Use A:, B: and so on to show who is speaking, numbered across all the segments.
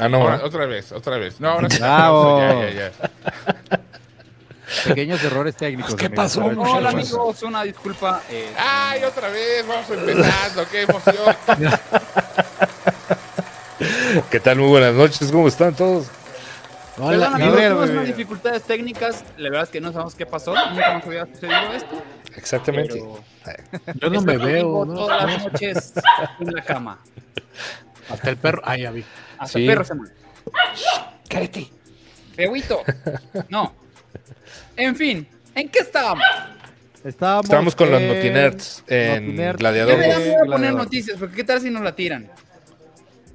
A: Ah, no,
B: Ahora-
A: ¿verdad?
B: otra vez, otra vez. No, ahora sí.
C: Bravo.
B: Ya, ya, ya.
C: Pequeños errores técnicos.
D: Pues, ¿Qué
C: amigos.
D: pasó,
C: A ver,
D: muchachos?
C: ¿qué
E: Hola
C: pasa?
E: amigos, una disculpa. eh,
B: Ay, otra vez, vamos empezando, qué emoción.
A: ¿Qué tal? Muy buenas noches, ¿cómo están todos?
C: Hola,
E: perdón, amigos,
C: Guerrero,
E: tuvimos unas
C: bebé.
E: dificultades técnicas. La verdad es que no sabemos qué pasó. Nunca nos había sucedido esto.
A: Exactamente. Eh.
E: Pero
D: Yo no me
E: estoy
D: veo.
E: conmigo
D: ¿no?
E: Todas las noches en la cama.
D: Hasta el perro. Ah, ya vi.
E: Hasta
A: Sí.
E: el perro se muere. Pehuito. No. En fin, ¿en qué estábamos?
C: Estábamos,
A: Estamos con los
C: en
A: Notinerds en
C: Notinerds.
A: Gladiador
E: Yo
A: Perdón,
E: me da
A: güey,
E: miedo poner
C: Gladiador.
E: noticias, porque qué tal si nos la tiran.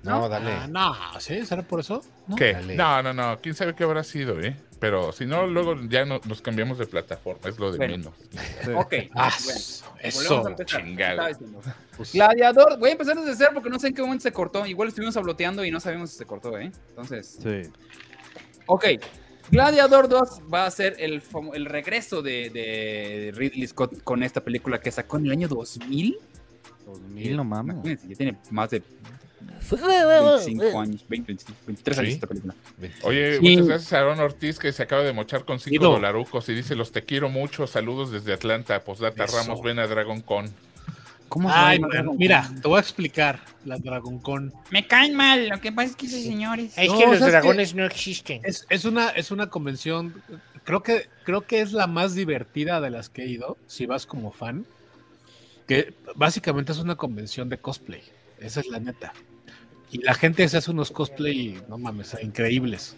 A: No,
D: Ah,
A: dale.
D: no, ¿sí? ¿Será por eso? ¿No?
B: ¿Qué?
A: Dale.
B: No, no, no, quién sabe qué habrá sido, ¿eh? Pero si no, luego ya no- nos cambiamos de plataforma, es lo de
E: Bueno.
B: menos.
E: Ok.
D: Ah,
E: bueno,
D: eso. Pues
E: volvemos a empezar.
B: chingado.
E: Estaba diciendo. Gladiador, voy a empezar desde cero porque no sé en qué momento se cortó. Igual estuvimos habloteando y no sabemos si se cortó, ¿eh? Entonces,
C: Sí.
E: ok. Gladiador 2 va a ser el, famo- el regreso de, de Ridley Scott con esta película que sacó en el año 2000.
C: Mil no mames.
E: Imagínense, ya tiene más de 25 años, 20, 25, 23 años
A: Sí.
E: esta película.
B: Oye,
E: Sí.
B: muchas gracias a Aaron Ortiz que se acaba de mochar con cinco
D: Ido.
B: dolarucos y dice, los te quiero mucho, saludos desde Atlanta, postdata
D: Eso.
B: Ramos, ven a Dragon Con.
E: ¿Cómo se
D: Ay,
E: llama?
D: man, mira, te voy a explicar la Dragon Con.
E: Me caen mal, lo que pasa es que esos señores.
D: Es que los dragones
F: no existen.
D: Es, es una, es una convención, creo que, creo que es la más divertida de las que he ido, si vas como fan, que básicamente es una convención de cosplay, esa es la neta. Y la gente se hace unos cosplay, no mames, increíbles.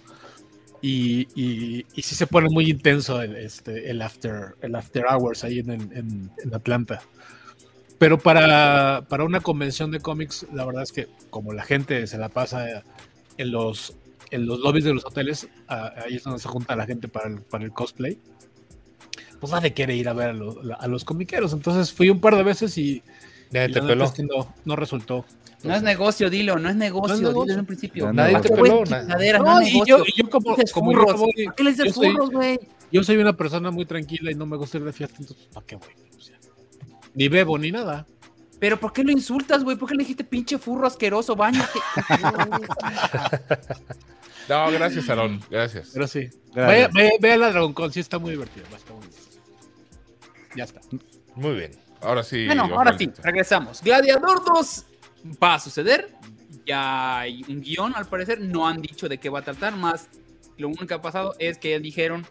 D: Y, y, y sí se pone muy intenso el, este, el, after, el after hours ahí en, en- en- en Atlanta. Pero para, para una convención de cómics, la verdad es que como la gente se la pasa en los, en los lobbies de los hoteles, a- ahí es donde se junta la gente para el, para el cosplay. Pues nadie quiere ir a ver a, los- a los comiqueros. Entonces fui un par de veces y,
A: Nadie
D: y
A: Eh, te
D: la neta
A: peló.
D: es que no, no resultó.
E: No es negocio, dilo, no es negocio,
D: negocio.
E: dilo en un principio.
C: Ya no.
A: Nadie te
C: Pero,
A: peló.
E: Güey,
A: na-
E: chingaderas, no
D: No,
E: es
D: y
E: negocio.
D: yo, y yo como,
E: Dices
D: como yo,
E: furros.
D: voy-
E: ¿Por qué les
D: yo
E: dices
D: soy-
E: furros, güey?
D: yo soy una persona muy tranquila y no me gusta ir de fiesta, entonces ¿para qué voy? O sea, ni bebo ni nada.
E: Pero ¿por qué lo insultas, güey? ¿Por qué le dijiste pinche furro asqueroso, bañate?
B: No, gracias Aaron, gracias.
D: Pero sí. Ve,
C: Gracias.
D: ve- ve a la Dragon Con, sí está muy divertida. va, está muy divertida. Ya está.
A: Muy bien.
B: Ahora sí.
E: bueno,
B: Osvaldito.
E: ahora sí, regresamos. Gladiador 2 va a suceder. Ya hay un guión, al parecer. No han dicho de qué va a tratar, más lo único que ha pasado es que dijeron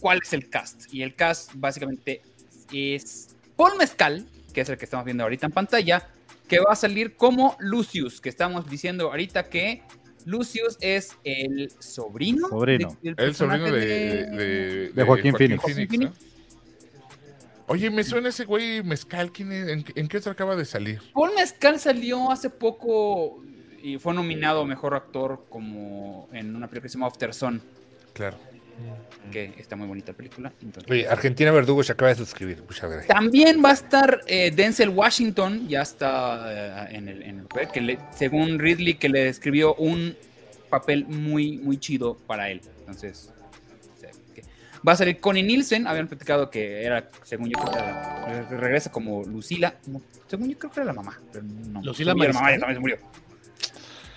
E: cuál es el cast. Y el cast básicamente es Paul Mezcal, que es el que estamos viendo ahorita en pantalla, que va a salir como Lucius, que estamos diciendo ahorita que Lucius es el sobrino.
C: Sobrino.
E: de- del
B: El sobrino de,
E: personaje
B: de,
C: De Joaquín Phoenix.
B: ¿no? Oye, me suena ese güey mezcal, ¿quién es? ¿En, en qué otro acaba de salir?
E: Paul Mezcal salió hace poco y fue nominado a mejor actor como en una película que se llama After Sun,
B: Claro.
E: que está muy bonita la película. entonces.
A: Oye, Argentina Verdugo se acaba de suscribir. Pues, Muchas gracias.
E: También va a estar eh, Denzel Washington, ya está eh, en el, en el papel, que le- según Ridley, que le escribió un papel muy, muy chido para él. Entonces, o sea, que- va a salir Connie Nielsen, habían platicado que era, según yo, creo que era la- re- regresa como Lucila, no, según yo creo que era la mamá, pero no.
D: Lucila
E: según yo, la
D: Mariscal.
E: mamá ya también se murió.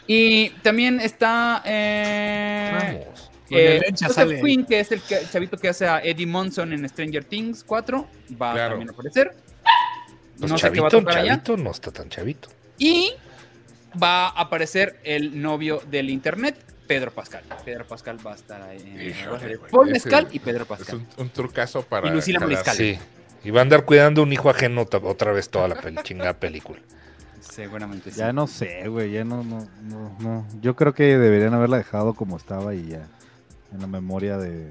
E: Y también está eh,
A: Vamos.
D: Con
E: eh,
D: el Lencha
E: Joseph
D: sale.
E: Quinn, que es el que- chavito que hace a Eddie Monson en Stranger Things 4, va
B: Claro.
E: también a aparecer.
A: Pues
E: no sé qué va
A: chavito,
E: a tocar allá.
A: chavito no está tan chavito.
E: Y va a aparecer el novio del internet, Pedro Pascal. Pedro Pascal va a estar ahí. en-
B: Híjole,
E: va a ser
B: güey.
E: Paul
B: Ese-
E: Mezcal y Pedro
B: Es
E: Pascal.
B: un, un trucazo para.
E: Y Lucila
B: jalar.
E: Mariscal.
A: Sí. Y va a andar cuidando un hijo ajeno ta- otra vez toda la pel- chingada película.
E: Seguramente sí.
C: Ya no sé, güey, ya no, no, no, no. Yo creo que deberían haberla dejado como estaba y ya. En la memoria de,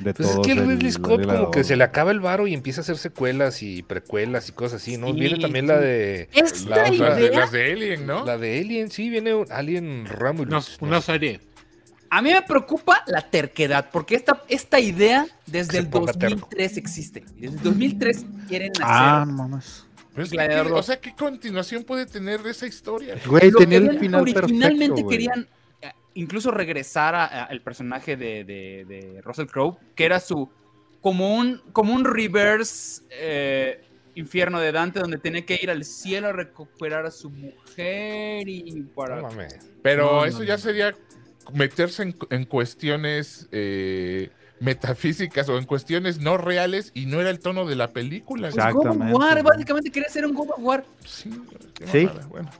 C: de
A: Pues es
C: todos
A: que
C: el-
A: el Ridley Scott como
C: gladiador.
A: que se le acaba el varo y empieza a hacer secuelas y precuelas y cosas así, ¿no?
E: Sí,
A: Viene también
E: sí.
A: la de...
B: La
A: Esta
B: otra de
A: idea-
B: las de Alien, ¿no?
A: La de Alien, sí, viene un- Alien Ramo y
D: Una,
A: Lux,
D: una
A: no sé,
D: serie.
E: A mí me preocupa la terquedad, porque esta, esta idea
A: Que
E: desde
A: se
E: el
A: ponga terco.
E: 2003 existe. Desde el 2003 quieren hacer.
C: Ah, no mames.
B: Pero es que,
E: Gladiador
B: ¿qué-
E: dos.
B: o sea, ¿qué continuación puede tener de esa historia?
C: Güey,
E: Lo
C: tenía
E: que
C: el
E: él
C: final perfecto,
E: originalmente
C: güey.
E: querían eh, incluso regresar a- a- al personaje de, de- de Russell Crowe, que era su como un como un reverse eh, infierno de Dante, donde tenía que ir al cielo a recuperar a su mujer y para.
A: No mames.
B: Pero
D: No, no,
B: eso
D: no,
B: ya
D: no.
B: sería meterse en, en cuestiones eh, metafísicas o en cuestiones no reales y no era el tono de la película. güey.
E: Pues God of
C: Exactamente,
E: War,
C: güey.
E: básicamente quería ser un God of War.
B: Sí, qué
C: Sí.
B: mamada, bueno.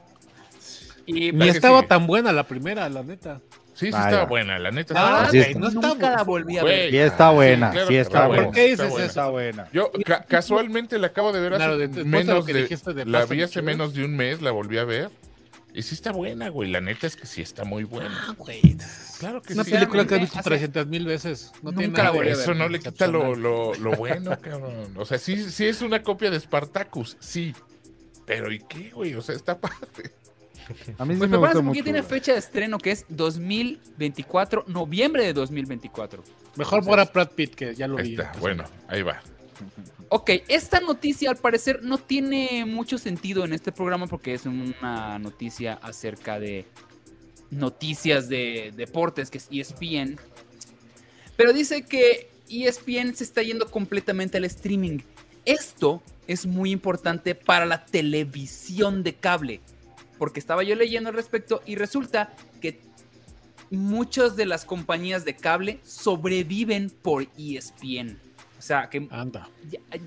E: Y
D: Ni
B: que
D: estaba
B: sigue.
D: tan buena la primera, la neta.
B: Sí, sí
C: Vaya.
B: estaba buena, la neta.
D: Ah,
B: estaba
C: sí
B: buena.
C: está.
E: no
D: no
E: nunca
D: está
E: la
D: bu-
E: volví a
B: Güey,
E: ver.
C: Sí está
B: Ah, sí,
C: buena, sí,
B: claro que
C: está
B: está
C: buena.
D: ¿Por qué dices
B: buena.
D: eso?
C: Está buena.
B: Yo ca- casualmente la acabo de ver hace
D: Claro, después de lo
B: menos
D: que
B: de-
D: dijiste de
B: la
D: Fast
B: vi
D: and
B: hace
D: Furious.
B: menos de un mes, la volví a ver. Y sí está buena, güey. La neta es que sí está muy buena.
D: Ah, güey.
B: Claro que
D: Es una
B: sí.
D: película que has
E: Sinceramente,
D: visto
E: hace-
D: 300 mil veces. No tiene
E: Nunca la
D: nada de
E: volví a ver.
B: Eso no le quita lo,
D: excepcional.
B: lo, lo bueno, cabrón. O sea, sí, sí es una copia de Spartacus, sí. Pero ¿y qué, güey? O sea, está padre.
C: A mí sí
E: Pues
C: me
E: prepárense
C: gusta
E: porque
C: mucho.
E: tiene
C: güey.
E: fecha de estreno que es 2024, noviembre de 2024.
D: Mejor fuera Brad Pitt, que ya lo
B: Ahí
D: vi.
B: está, bueno, ahí va.
E: Ok, esta noticia al parecer no tiene mucho sentido en este programa porque es una noticia acerca de noticias de deportes, que es E ESPN. Pero dice que E ESPN se está yendo completamente al streaming. Esto es muy importante para la televisión de cable, porque estaba yo leyendo al respecto y resulta que muchas de las compañías de cable sobreviven por E ESPN. O sea, que
D: Anda.
E: ya- ya-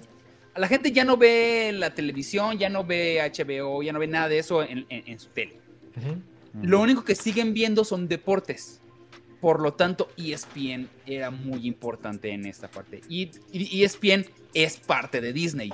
E: la gente ya no ve la televisión, ya no ve HBO, ya no ve nada de eso en, en- en su tele.
C: Ujú.
E: Lo único que siguen viendo son deportes. Por lo tanto, E ESPN era muy importante en esta parte. Y, y E ESPN es parte de Disney.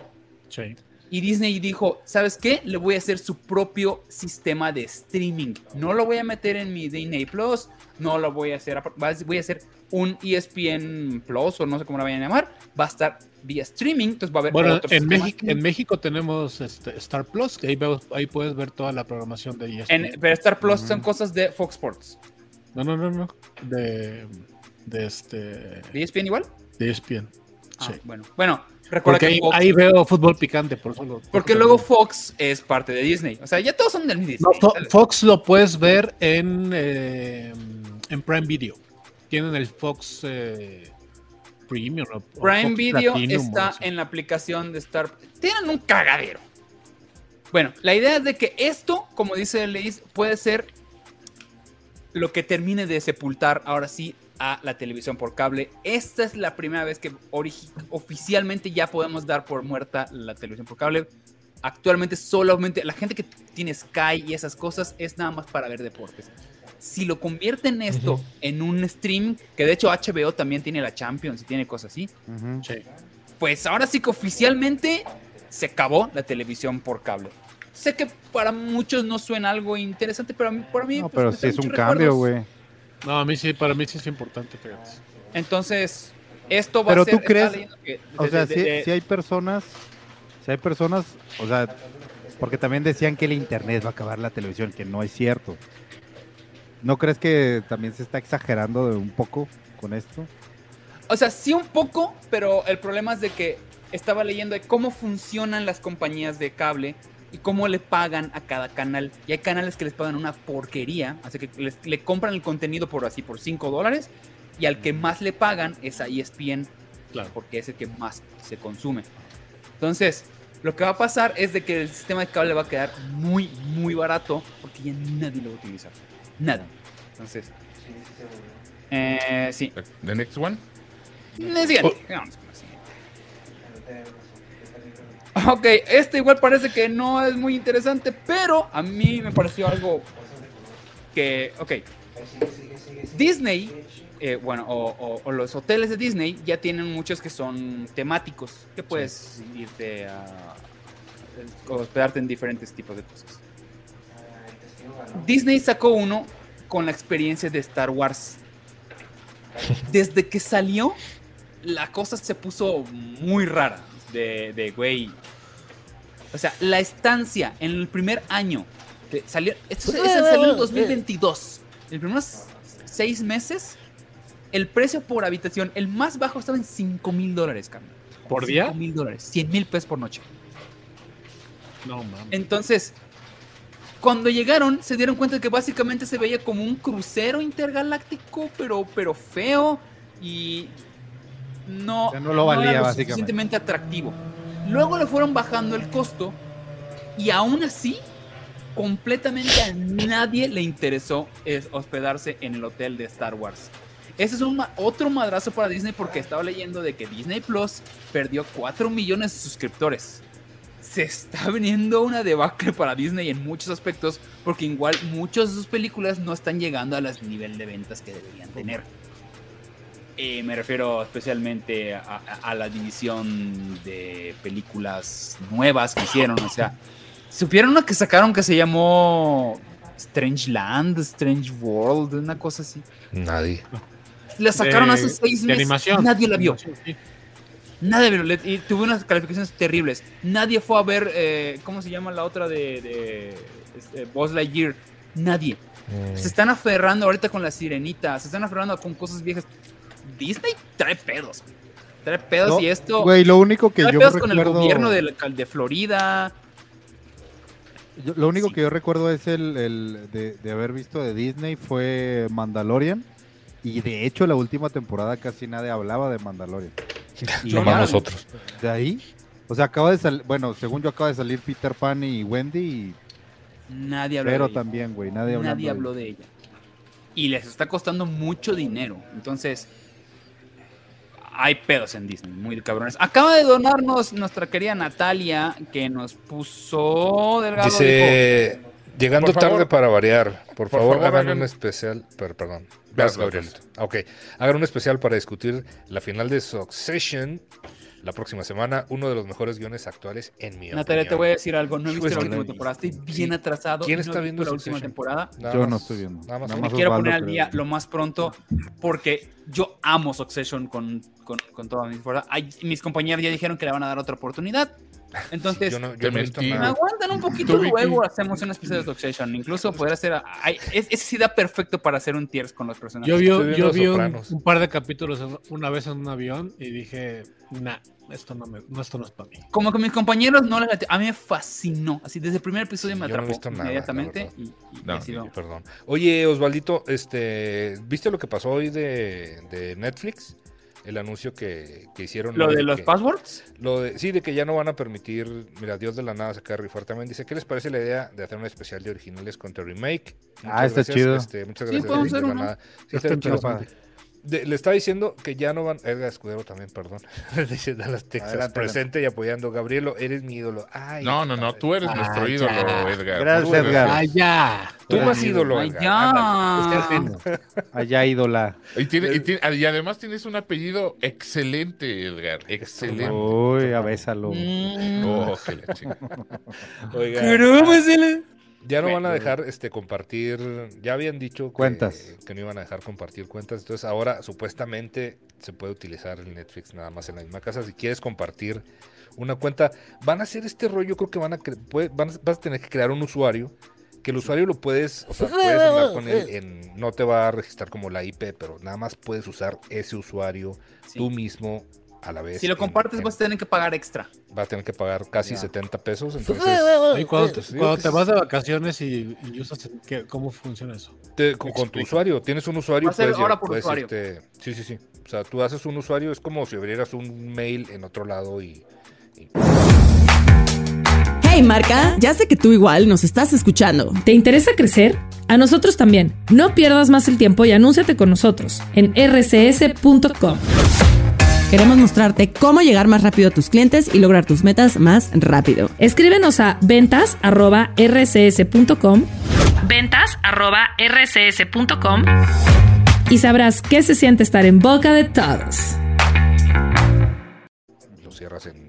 D: Sí.
E: Y Disney dijo, ¿sabes qué? Le voy a hacer su propio sistema de streaming. No lo voy a meter en mi Disney Plus, no lo voy a hacer, apar- vas- voy a hacer un E ESPN Plus o no sé cómo la vayan a llamar. Va a estar vía streaming, entonces va a haber...
D: Bueno,
E: otro
D: en
E: sistema.
D: México, en México tenemos este, Star Plus, que ahí, veo- ahí puedes ver toda la programación de E ESPN.
E: En- pero Star Plus son cosas de Fox Sports.
D: No, no, no, no. De, de E este.
E: ¿De E ESPN igual?
D: De ESPN.
E: Ah,
D: Sí.
E: bueno. Bueno, recuerda
D: Porque ahí,
E: que Fox-
D: ahí veo fútbol picante, por eso lo-
E: porque luego Fox es parte de Disney. O sea, ya todos son del mismo
D: No,
E: Disney.
D: Fo-
E: ¿sabes?
D: Fox lo puedes ver en, eh, en Prime Video. Tienen el Fox eh, Premium. o- o
E: Prime
D: Fox
E: Video
D: Platinum,
E: está
D: o sea.
E: en la aplicación de Star. Tienen un cagadero. Bueno, la idea es de que esto, como dice Leis, puede ser lo que termine de sepultar ahora sí a la televisión por cable. Esta es la primera vez que origi- oficialmente ya podemos dar por muerta la televisión por cable. Actualmente solamente la gente que tiene Sky y esas cosas es nada más para ver deportes. Si lo convierten esto
A: Ujú.
E: en un stream, que de hecho HBO también tiene la Champions y tiene cosas así,
C: Ujú.
D: Sí.
E: pues ahora sí que oficialmente se acabó la televisión por cable. Sé que para muchos no suena algo interesante, pero a mí, para mí
C: No,
E: pues,
C: pero
E: me
C: sí
E: trae
C: es un
E: muchos
C: cambio,
E: recuerdos.
C: güey.
D: No, a mí sí, para mí sí es importante, fíjate.
E: Entonces, esto va a
C: Pero
E: ser...
C: tú
E: estaba
C: crees-
E: leyendo que
C: O
E: de-
C: sea,
E: de-
C: sí,
E: de-
C: sí hay personas, si hay personas, o sea, porque también decían que el internet va a acabar la televisión, que no es cierto. ¿No crees que también se está exagerando de un poco con esto?
E: O sea, sí un poco, pero el problema es de que estaba leyendo de cómo funcionan las compañías de cable y cómo le pagan a cada canal. Y hay canales que les pagan una porquería, así que les- le compran el contenido por así, por 5 dólares, y al que más le pagan es a E ESPN,
D: Claro.
E: porque es el que más se consume. Entonces, lo que va a pasar es de que el sistema de cable va a quedar muy, muy barato, porque ya nadie lo va a utilizar. Nada. Entonces, eh, sí.
B: The next one.
E: Siguiente. Vamos con la siguiente. Ok, este igual parece que no es muy interesante, pero a mí me pareció algo que, ok. Disney, eh, bueno, o, o- o los hoteles de Disney ya tienen muchos que son temáticos, que puedes irte a a hospedarte en diferentes tipos de cosas. Disney sacó uno con la experiencia de Star Wars. Desde que salió, la cosa se puso muy rara de, de güey. O sea, la estancia en el primer año que salió, esto se- esta salió en 2022. En los primeros seis meses, el precio por habitación, el más bajo estaba en 5 mil dólares, carnal.
D: ¿Por día?
E: 5 mil dólares, 100 mil pesos por noche.
D: No, mames.
E: Entonces, cuando llegaron, se dieron cuenta que básicamente se veía como un crucero intergaláctico, pero, pero feo y no,
C: O sea, no lo valía,
E: era lo
C: básicamente.
E: suficientemente atractivo. Luego le fueron bajando el costo y aún así, completamente a nadie le interesó es hospedarse en el hotel de Star Wars. Ese es un ma- otro madrazo para Disney porque estaba leyendo de que Disney Plus perdió 4 millones de suscriptores. Se está viniendo una debacle para Disney en muchos aspectos porque igual muchas de sus películas no están llegando a las nivel de ventas que deberían tener. Eh, me refiero especialmente a, a- a la división de películas nuevas que hicieron. O sea, supieron una que sacaron que se llamó Strange Land, Strange World, una cosa así.
A: Nadie.
E: La sacaron
D: De-
E: hace seis
D: Eh, de
E: meses.
D: animación.
E: Nadie la vio.
D: Sí, sí.
E: Nadie la vio. Y tuvo unas calificaciones terribles. Nadie fue a ver, eh, ¿cómo se llama la otra de, de este, Buzz Lightyear? Nadie.
A: Mm.
E: Se están aferrando ahorita con la sirenita, se están aferrando con cosas viejas. Disney trae pedos. Trae pedos
C: No,
E: y esto.
C: Güey, lo único que
E: trae
C: yo
E: pedos
C: recuerdo...
E: con el gobierno del cal- de Florida.
C: Yo- lo único
E: Sí.
C: que yo recuerdo es el, el de, de haber visto de Disney fue Mandalorian. Y de hecho, la última temporada casi nadie hablaba de Mandalorian. Y
E: Yo
A: Nomás
E: no.
A: nosotros.
C: de ahí, o sea, acaba de salir, bueno, según yo acaba de salir Peter Pan y Wendy, y-
E: Nadie habló
C: pero
E: de ella.
C: también, güey, nadie, hablando
E: Nadie
C: de-
E: habló de ella. Y les está costando mucho dinero. Entonces, hay pedos en Disney, muy cabrones. Acaba de donarnos nuestra querida Natalia, que nos puso delgado. dijo,
A: Dice, llegando
B: Por favor.
A: tarde para variar, por,
B: Por
A: favor,
B: favor,
A: hagan
B: hagan-
A: un especial, per- perdón, vas
B: Vas,
A: Gabrielito. Ah, Ok, hagan un especial para discutir la final de Succession la próxima semana, uno de los mejores guiones actuales en mi
E: Natalia, te voy a
A: opinión.
E: decir algo. No he visto
A: Pues
E: la
A: no
E: última
A: lo he
E: temporada. Estoy
A: visto.
E: bien
A: Sí.
E: atrasado.
A: ¿Quién
E: no he
A: está viendo
E: visto la última
A: Succession?
E: temporada?
A: Nada
C: Yo
A: más-
C: no estoy viendo.
A: Nada más,
C: Nada
A: un-
E: Me
C: más
E: quiero
C: Osvaldo,
E: poner al
C: creo.
E: día lo más pronto porque yo amo Succession con, con, con toda mi fuerza. Ay, Mis compañeros ya dijeron que le van a dar otra oportunidad. Entonces,
A: yo no, yo
B: te
A: no he visto
B: mentí.
E: me
A: nada.
E: aguantan un poquito
B: Tú, Vicky.
E: luego hacemos una especie de Succession. Incluso poder hacer. ay, es, es sí da perfecto para hacer un tiers con los personajes.
D: Yo vi,
A: Estoy viendo
D: yo vi un,
A: Sopranos.
D: un par de capítulos en- una vez en un avión y dije, nah, esto no, me- no, esto no es para mí.
E: Como que mis compañeros no les late- A mí me fascinó. Así desde el primer episodio
A: Sí, yo
E: me
A: no he
E: atrapó
A: visto nada, la
E: inmediatamente.
A: verdad.
E: Y, y
B: No,
E: así
B: ni
E: veo.
A: Sí, Perdón. Oye, Osvaldito, este, ¿viste lo que pasó hoy de, de Netflix? El anuncio que, que hicieron.
E: Lo
A: hoy
E: de los
A: que-
E: passwords.
A: Lo de, sí, de que ya no van a permitir, mira, Dios de la nada sacar rifar también. Dice, ¿qué les parece la idea de hacer un especial de originales contra remake?
C: Ah, está chido.
A: este, muchas
E: Sí,
A: gracias.
E: podemos
A: Dios de
E: hacer
A: la
E: uno.
A: nada. Sí,
C: Está
A: está chido.
C: interesante.
A: De- le está diciendo que ya no van. Edgar Escudero también, perdón. Dice Dallas, Texas.
C: Adelante,
A: presente y apoyando. Gabrielo, eres mi ídolo. Ay,
B: No, no, no, tú eres
D: Ah,
B: nuestro
D: ya.
B: ídolo, Edgar.
C: Gracias,
B: Tú eres-
C: Edgar.
D: ¡Ah, ya!
A: Tú
C: eres
A: más
C: mi
A: ídolo,
E: Ay,
A: Edgar. ándale.
E: ya.
C: Allá ídola.
B: Y, tiene- y tiene- y además tienes un apellido excelente, Edgar. Excelente.
C: Uy, a bésalo.
E: Mm. pues,
B: Oh, qué la chinga.
A: Oiga,
E: Crúbesele.
A: Ya no van a
B: Bueno.
A: dejar este compartir, ya habían dicho que,
C: Cuentas.
A: que no iban a dejar compartir cuentas, entonces ahora supuestamente se puede utilizar el Netflix nada más en la misma casa si quieres compartir una cuenta, van a hacer este rollo, yo creo que van a cre- puede- van a- vas a tener que crear un usuario que el usuario lo puedes, o sea, puedes andar con él en- no te va a registrar como la IP, pero nada más puedes usar ese usuario
E: Sí.
A: tú mismo a la vez.
E: Si lo
A: en-
E: compartes
A: en-
E: vas a tener que pagar extra.
A: vas a tener que pagar casi
C: Ya.
A: 70 pesos, entonces
D: Oye, cuando te,
A: pues sí,
D: cuando
A: pues.
D: te vas de vacaciones y, y usas, el- ¿qué- ¿cómo funciona eso?
A: Te- con, con tu
D: Explica.
A: usuario, tienes un usuario,
E: Va a ser
A: puedes,
E: ahora
A: llevar-
E: por
A: puedes,
E: usuario.
A: este, sí, sí, sí. O sea, tú haces un usuario, es como si abrieras un mail en otro lado y,
F: Hey marca, ya sé que tú igual nos estás escuchando.
G: ¿Te interesa crecer? A nosotros también. No pierdas más el tiempo y anúnciate con nosotros en rcs.com.
F: Queremos mostrarte cómo llegar más rápido a tus clientes y lograr tus metas más rápido.
G: Escríbenos a ventas@rcs.com. ventas@rcs.com y sabrás qué se siente estar en boca de todos.
A: lo cierras en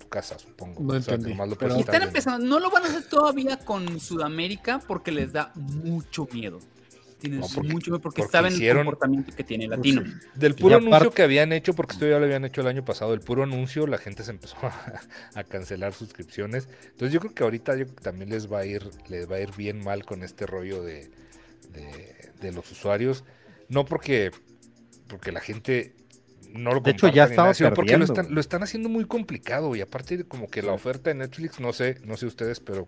A: tu casa, supongo.
D: No
A: O sea, que
D: entendí,
A: nomás lo
D: pero-
A: puedes
E: Y
A: estar
E: están
A: viendo.
E: empezando, no lo van a hacer todavía con Sudamérica porque les da mucho miedo. Tienen
A: No, porque-
E: mucho miedo porque,
A: porque
E: saben
A: hicieron-
E: el comportamiento que tiene el latino.
A: Del puro
C: Y
A: anuncio
C: aparte-
A: que habían hecho, porque esto ya lo habían hecho el año pasado, el puro anuncio, la gente se empezó a, a cancelar suscripciones. Entonces yo creo que ahorita yo creo que también les va a ir, les va a ir bien mal con este rollo de, de- de los usuarios. No porque, porque la gente no lo
C: De hecho, ya
A: comparta ni nada,
C: estaba
A: sino porque lo
C: perdiendo,
A: están,
C: güey.
A: lo están haciendo muy complicado y aparte como que la oferta de Netflix, no sé, no sé ustedes, pero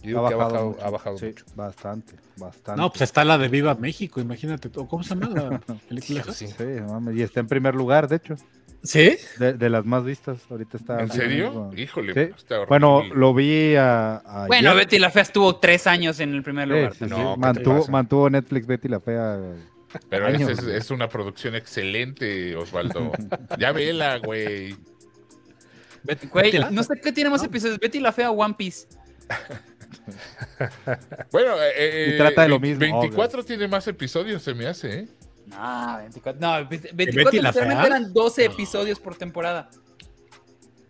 A: yo digo que ha bajado,
C: mucho.
A: ha bajado
C: Sí,
A: mucho.
C: Bastante, bastante.
D: No, pues está la de Viva México, imagínate. tú. ¿Cómo se llama la película? esa?
A: Sí.
C: Sí, mames, y está en primer lugar, de hecho.
D: ¿Sí?
C: De, de las más vistas. Ahorita está.
B: ¿En serio?
C: Sí.
B: Híjole, está horrible.
C: Bueno, lo vi a. a
E: Bueno,
C: ayer.
E: Betty la Fea estuvo tres años en el primer
C: Sí,
E: lugar.
C: sí, sí.
E: también.
A: No, ¿qué te
C: mantuvo,
A: pasa?
C: mantuvo Netflix Betty la Fea.
B: Pero
C: Año.
B: esa es, es una producción excelente, Osvaldo. ya vela, güey.
D: Betty-
E: Güey,
D: Betty la-
E: no sé qué tiene más episodios, Betty la Fea o One Piece.
B: Bueno, eh,
C: Y trata de lo
B: eh,
C: mismo,
B: 24 tiene más episodios, se me hace, ¿eh?
E: No, 24, no, ve-
D: Betty
E: 24
D: la
E: literalmente
D: Fea?
E: eran 12
D: No.
E: episodios por temporada.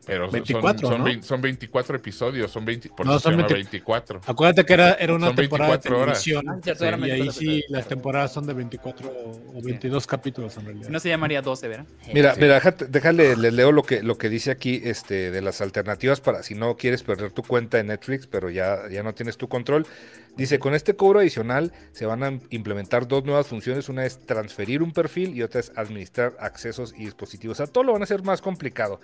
B: Pero son-
D: 24,
B: son,
D: ¿no?
B: vein- son 24 episodios, son 20, por
D: No,
B: eso se
D: son
B: llama
D: 20.
B: 24.
C: Ah,
D: Acuérdate que era, era una
B: Son
D: temporada de
B: 24 horas.
D: televisión.
E: Ah, cierto, era
D: y ahí
E: 24
D: sí, las temporadas son de 24 o 22 capítulos en realidad.
E: Si no se llamaría 12, ¿verdad?
A: Mira,
B: Sí.
A: mira, déjate- déjale, le leo lo que, lo que dice aquí este, de las alternativas para si no quieres perder tu cuenta en Netflix, pero ya, ya no tienes tu control. Dice, con este cobro adicional se van a implementar dos nuevas funciones. Una es transferir un perfil y otra es administrar accesos y dispositivos. O sea, todo lo van a hacer más complicado.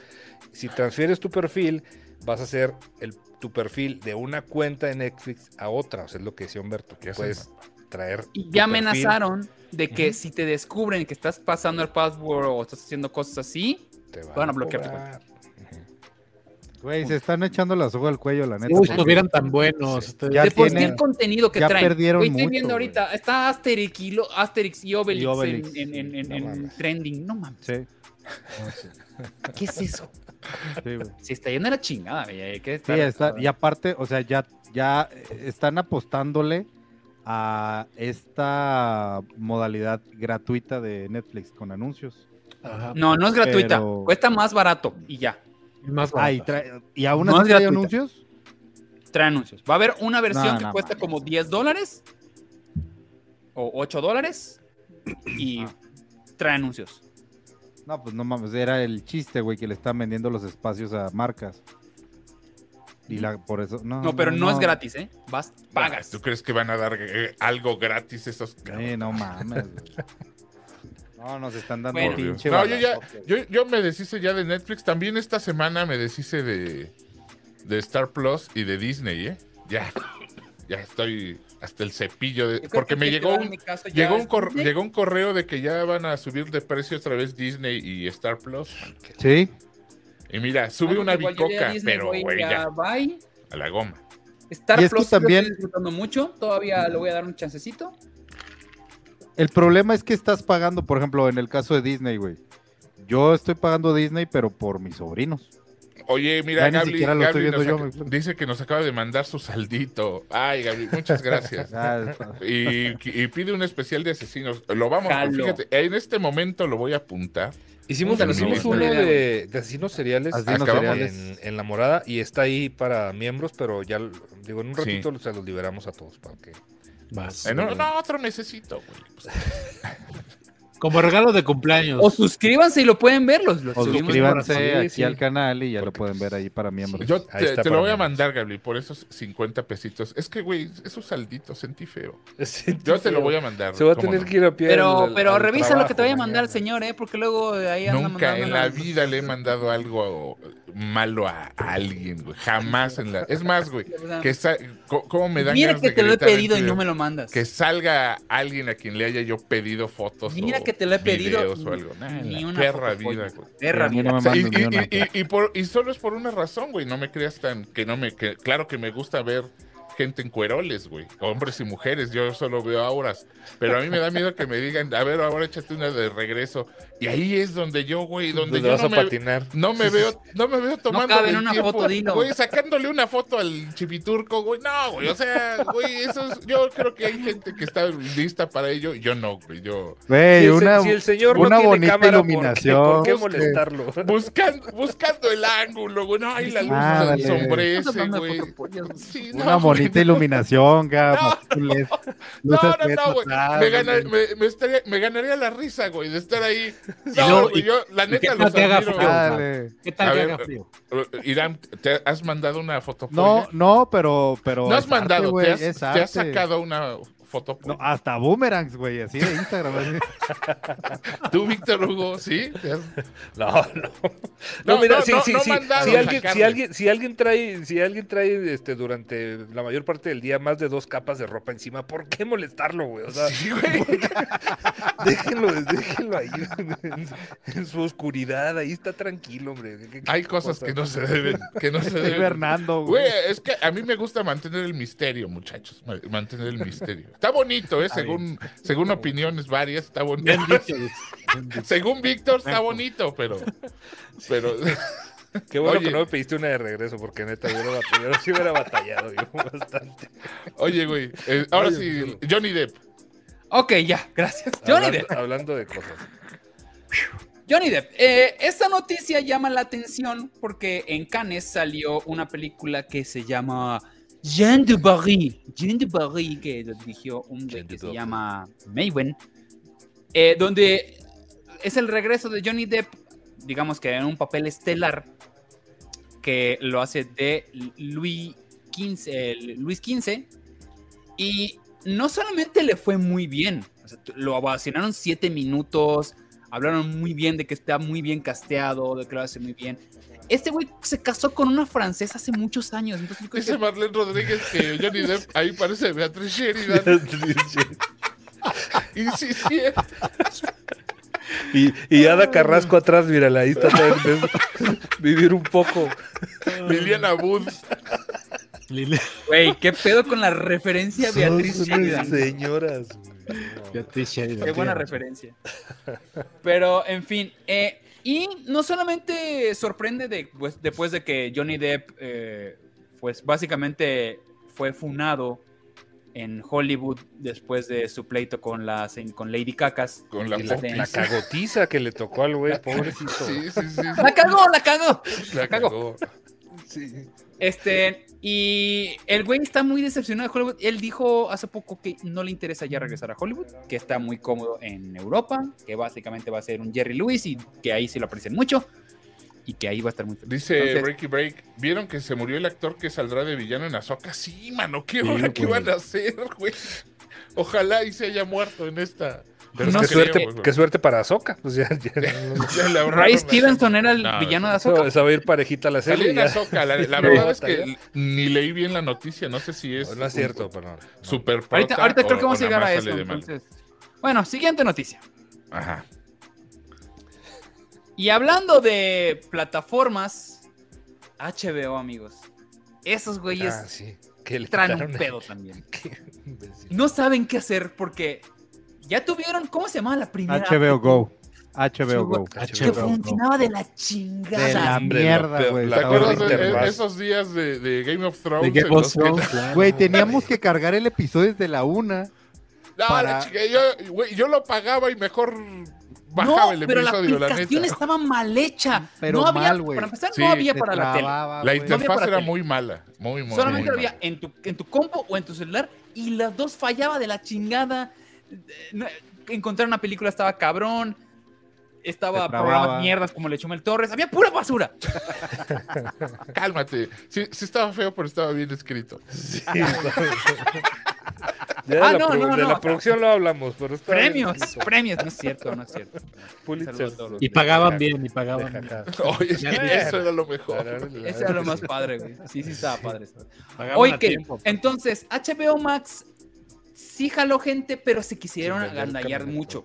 A: Si transfieres tu perfil, vas a hacer el, tu perfil de una cuenta de Netflix a otra. O sea, es lo que decía Humberto.
B: ¿Qué
A: Que
B: hacen?
A: puedes traer.
E: Y
A: tu
E: ya
A: perfil.
E: amenazaron de que
A: Ujú.
E: si te descubren que estás pasando el password o estás haciendo cosas así,
A: Te
E: van a bloquear tu
A: cobrar. Ujú.
C: Güey, se están echando la soga al cuello, la neta.
D: Uy,
C: porque
D: estuvieran tan buenos.
A: Sí.
D: este-
C: Ya
E: de por sí
C: tienen-
E: el contenido que
C: ya
E: traen.
C: perdieron
E: Güey, estoy
C: mucho,
E: viendo
C: güey.
E: ahorita, está Asterix y, lo- Asterix y Obelix,
C: Y Obelix.
E: en, en- en-
A: No
E: en
A: mames.
E: trending. No mames,
C: Sí,
E: ¿qué es eso?
C: sí, güey.
E: Se está yendo a la chingada, güey. hay que
C: Sí,
E: estar-
C: está- y aparte, o sea, ya, ya eh, están apostándole a esta modalidad gratuita de Netflix con anuncios.
D: Ajá.
E: No, no es gratuita.
C: Pero-
E: Cuesta más barato y ya.
D: Es más
C: Ah, y,
D: barato.
C: trae- y aún
E: No
C: así
E: es
C: trae
E: gratuita.
C: anuncios.
E: Trae anuncios. Va a haber una versión
C: No,
E: que
C: no
E: cuesta
C: mames.
E: como 10 dólares o 8 dólares y
C: Ah.
E: trae anuncios.
C: No, pues no mames, era el chiste, güey, que le están vendiendo los espacios a marcas. Y la, por eso, no.
E: No, pero no, es gratis, ¿eh? Vas, pagas.
B: ¿Tú crees que van a dar eh, algo gratis esos cabrones?
C: Sí, no mames, güey. No, nos están dando
E: Bueno.
C: pinche
B: No, yo ya,
C: balazo.
B: yo, yo me deshice ya de Netflix. También esta semana me deshice de, de Star Plus y de Disney, ¿eh? Ya, ya estoy hasta el cepillo. de-
E: Yo creo
B: porque
E: que
B: me
E: en
B: llegó
E: general, en
B: un,
E: mi caso, ya
B: llegó,
E: es
B: un cor-
E: Disney.
B: llegó un correo de que ya van a subir de precio otra vez Disney y Star Plus.
C: Sí,
B: Y mira,
E: Ah,
B: sube
E: no,
B: una
E: igual yo ya
B: bicoca,
E: Disney,
B: pero güey,
E: ya,
B: ya,
E: bye.
B: a la goma.
E: Star
C: Y es que
E: Plus lo
C: también-
E: estoy disfrutando mucho. Todavía le voy a dar un chancecito.
C: El problema es que estás pagando, por ejemplo, en el caso de Disney, güey. Yo estoy pagando Disney, pero por mis sobrinos.
B: Oye, mira,
C: Ya ni
B: Gabli,
C: siquiera lo estoy
B: Gabli nos
C: viendo yo,
B: ac-
C: güey.
B: dice que nos acaba de mandar su saldito. Ay, Gabli, muchas gracias.
C: Ah, está-
B: Y, y pide un especial de asesinos. Lo vamos,
E: Jalo.
B: fíjate, en este momento lo voy a apuntar.
A: Hicimos,
E: Púntalo,
A: hicimos
B: sí,
A: uno
E: buena idea,
A: de, de asesinos seriales,
B: Ah,
C: Asesinos
A: acabamos
C: seriales.
A: En, en la morada y está ahí para miembros, pero ya l- digo, en un
B: Sí.
A: ratito se los liberamos a todos para que
D: Vas.
B: Eh, no, no, otro necesito, güey. Pues,
D: Como regalo de cumpleaños.
E: O suscríbanse y lo pueden ver. Los, los
C: O
E: subimos.
C: suscríbanse
A: por- sí,
C: aquí
A: sí.
C: al canal y ya lo
A: Porque,
C: pueden ver ahí para miembros.
B: pues, yo
A: ahí
B: te,
A: está
B: te
A: para
B: lo voy a
A: mí.
B: mandar, Gabli, por esos 50 pesitos. Es que, güey, esos salditos sentí feo. Yo te lo voy a mandar.
A: Se va a
B: cómo
A: tener
B: no.
A: que ir a pie.
E: Pero,
A: al-
E: pero
A: al
E: revisa lo que te voy a
A: trabajo
E: mandar,
A: mañana.
E: señor, ¿eh? Porque luego ahí anda
B: Nunca en la
E: mandando-
B: vida le he mandado algo malo a alguien, güey. Jamás en la. Es más, güey, que sa- co- ¿cómo me dan
E: Mira
B: ganas
E: que
B: de
E: te lo he
B: gritar en
E: pedido y
B: Twitter?
E: no me lo mandas.
B: Que salga alguien a quien le haya yo pedido fotos.
E: Mira
B: o
E: que te lo he pedido
B: videos
E: y-
B: o algo. Nah,
E: ni
B: la
E: una
B: perra
E: foto,
B: vida,
E: pollo.
B: güey.
E: Perra
C: A mí
E: vida.
C: no me
B: O sea, y,
C: mando ni
B: y-
C: una,
B: y-
C: pero-
B: y por- y solo es por una razón, güey. No me creas tan que no me. que- claro que me gusta ver gente en cueroles, güey. Hombres y mujeres. Yo solo veo auras. Pero a mí me da miedo que me digan, a ver, ahora échate una de regreso. Y ahí es donde yo, güey,
A: Donde
B: donde
A: Pues
B: yo
A: vas
B: no
A: a
B: me,
A: patinar.
B: no me veo, no me veo tomando
E: cabe en
B: el
E: una
B: tiempo,
E: foto, dilo.
B: Güey, sacándole una foto al chipiturco, güey. No, güey, o sea, güey, eso es, yo creo que hay gente que está lista para ello. Yo no, güey, yo.
A: Si
C: Güey,
A: el, se-
C: una,
A: si el señor
C: una
A: no tiene
C: bonita
A: cámara, ¿por qué-
C: iluminación. este,
A: ¿Por qué,
C: Busque.
A: molestarlo?
B: Buscando, buscando el ángulo, güey. No, ahí la luz
C: Ah,
B: ah,
C: vale.
B: sombrece, güey. Sí, no,
C: una bonita
B: güey, no.
C: iluminación, Gab. luces
B: No, no,
C: LED
B: no, güey.
C: atrás,
B: Me, gana- me- me estaría- me ganaría la risa, güey, de estar ahí. No,
D: luego-
B: güey,
D: y-
B: yo, la
D: y
B: neta,
D: que
B: los
D: no te haga
B: admiro.
D: frío.
C: dale.
D: ¿Qué
B: A
D: tal que
B: ver, eh,
D: haga frío?
B: Irán, ¿te has mandado una foto?
C: No, no, pero,
B: No
C: pero.
B: has
C: es arte,
B: mandado,
C: güey,
B: te, has,
C: es
B: te has
C: arte.
B: sacado una foto.
C: No, hasta boomerangs, güey, así de Instagram. así.
B: Tú, Víctor Hugo, sí. Te has-
A: No, no. No,
B: No,
A: mira,
B: no,
A: sí,
B: no,
A: sí,
B: no
A: sí.
B: mandado,
A: Si alguien, si
B: sacarle.
A: alguien, si alguien trae, si alguien trae este durante la mayor parte del día más de dos capas de ropa encima, ¿por qué molestarlo, güey? O sea,
B: Sí, güey.
A: déjenlo, déjenlo ahí en, en su oscuridad, ahí está tranquilo, hombre. ¿Qué- qué- qué
B: Hay cosas que no se deben, que no se
C: Sí,
B: deben.
C: Fernando,
B: Güey,
C: güey.
B: es que a mí me gusta mantener el misterio, muchachos. ma- Mantener el misterio. Está bonito, ¿eh? Según, según opiniones varias, está bonito.
D: Bien dicho, güey. Bien dicho.
B: Según Víctor, está bonito, pero. Pero.
A: Qué bueno
B: Oye.
A: que no me pediste una de regreso, porque neta, yo, hubiera batallado, yo sí hubiera batallado yo bastante.
B: Oye, güey. eh, ahora
A: Oye,
B: sí,
A: chulo.
B: Johnny Depp.
E: Ok, ya, gracias. Johnny
A: Hablando,
E: Depp.
A: hablando de cosas.
E: Johnny Depp. Eh, esta noticia llama la atención porque en Cannes salió una película que se llama Jean de Barry. Jean de Barry, que lo dirigió un güey
A: Jean
E: que
A: de
E: se
A: Barry.
E: llama Maven. eh, donde es el regreso de Johnny Depp, digamos que en un papel estelar que lo hace de Luis XV. eh, Luis XV y no solamente le fue muy bien, o sea, lo vacionaron siete minutos, hablaron muy bien de que está muy bien casteado, de que lo hace muy bien. Este güey se casó con una francesa hace muchos años, entonces yo creo que-
B: Dice Marlene Rodríguez que Johnny Depp ahí parece Beatriz Sheridan.
A: y,
B: Y sí, sí, eh.
A: y Ada Carrasco atrás, mírala, ahí está también, ves, vivir un poco.
B: Liliana Wood.
D: Lili-
E: güey, qué pedo con la referencia de Beatriz
A: Son unas
E: Sheridan.
A: Señoras. güey.
D: Ya te dije, ya
E: Qué
D: te
E: buena
D: dije.
E: referencia. Pero, en fin. eh, y no solamente sorprende de- pues, después de que Johnny Depp, eh, pues básicamente fue funado en Hollywood después de su pleito con, la, se- con Lady Cacas.
B: Con la
A: Y la,
B: foto.
A: la cagotiza que le tocó al güey, pobrecito.
B: Sí, sí, sí.
E: ¡La cagó, la cagó!
B: La cagó.
E: Este, y el güey está muy decepcionado de Hollywood. Él dijo hace poco que no le interesa ya regresar a Hollywood, que está muy cómodo en Europa, que básicamente va a ser un Jerry Lewis y que ahí sí lo aprecian mucho y que ahí va a estar muy feliz.
B: Dice
E: Entonces,
B: Breaky Break, ¿vieron que se murió el actor que saldrá de villano en Azoka? Sí, mano, qué
D: Sí,
B: hora que
D: güey.
A: pues.
B: van a hacer, güey. Ojalá y se haya muerto en esta.
A: Pero
E: No
A: qué,
E: sé,
A: suerte,
B: güey.
A: qué suerte para Azoka. Pues ya, ya no-
B: Ya le ahorraron
E: Ray
B: la-
E: Stevenson era el
B: No,
E: villano de
A: no-
E: Azoka.
A: se va a ir parejita la
B: Salió
A: serie.
B: en
A: ya.
B: Azoka. La, la
A: No,
B: verdad es que
A: batalla.
B: ni leí bien la noticia, no sé si es.
A: No, no es cierto, perdón. No.
B: Super
E: Ahorita,
B: prota
E: ahorita creo
B: o-
E: que vamos
B: o
E: a
B: nada
E: llegar a
B: más
E: eso.
B: sale de malo.
E: entonces. Bueno, siguiente noticia.
B: Ajá.
E: Y hablando de plataformas, HBO, amigos. Esos güeyes
A: Ah, sí. Que le
E: traen
A: quitaron
E: un
A: el-
E: pedo también.
A: Qué imbécil.
E: no saben qué hacer porque ya tuvieron, ¿cómo se llamaba la primera?
C: HBO Go. HBO Go.
E: Que
A: HBO.
E: funcionaba de la chingada.
C: De la
A: hombre, lo
C: mierda,
A: peor.
C: güey.
A: ¿Te
B: ¿Te
A: Está
B: acuerdas
A: horrible,
B: de
A: Raz.
B: esos días de, de Game of
D: De
B: Thrones?
D: Game
B: en
D: of
B: los que-
D: Thrones, claro.
C: Güey, teníamos que cargar el episodio desde la una.
B: No,
C: para-
B: la chica, yo, güey, yo lo pagaba y mejor bajaba
E: no,
B: el
E: pero la
B: episodio, la,
E: aplicación
B: neta.
E: estaba mal hecha.
C: Pero
E: no había,
C: mal, güey.
E: Para empezar,
B: Sí,
E: no había
C: Se
E: para la tele.
C: trababa,
B: La
C: güey.
B: interfaz
E: para
B: era
E: tele.
B: muy mala, muy, muy
E: Ah, Solamente
B: muy
E: lo había
B: mala.
E: en tu, en tu compu o en tu celular y las dos fallaba de la chingada. Eh, no- Encontrar una película estaba cabrón. Estaba
C: Se trababa.
E: programas mierdas como Lechumel Torres. Había pura basura.
B: Cálmate. Sí, sí estaba feo, pero estaba bien escrito.
A: Sí, está bien. Ya de
E: Ah,
A: la
E: no,
A: pro-
E: no,
A: de
E: no.
A: la producción lo hablamos, pero está bien.
E: Premios, premios. No es cierto, no es cierto.
A: Pulitzer.
D: Y pagaban bien, y pagaban bien.
B: Oye, es que
D: Bueno.
B: eso era lo mejor.
E: Eso era lo más padre, güey. Sí, sí, estaba padre. eso.
D: Pagaban
E: Oye,
D: a
E: que
D: tiempo.
E: entonces HBO Max sí jaló gente, pero se quisieron
A: Sin vender
E: agandallar
A: camioneta.
E: mucho.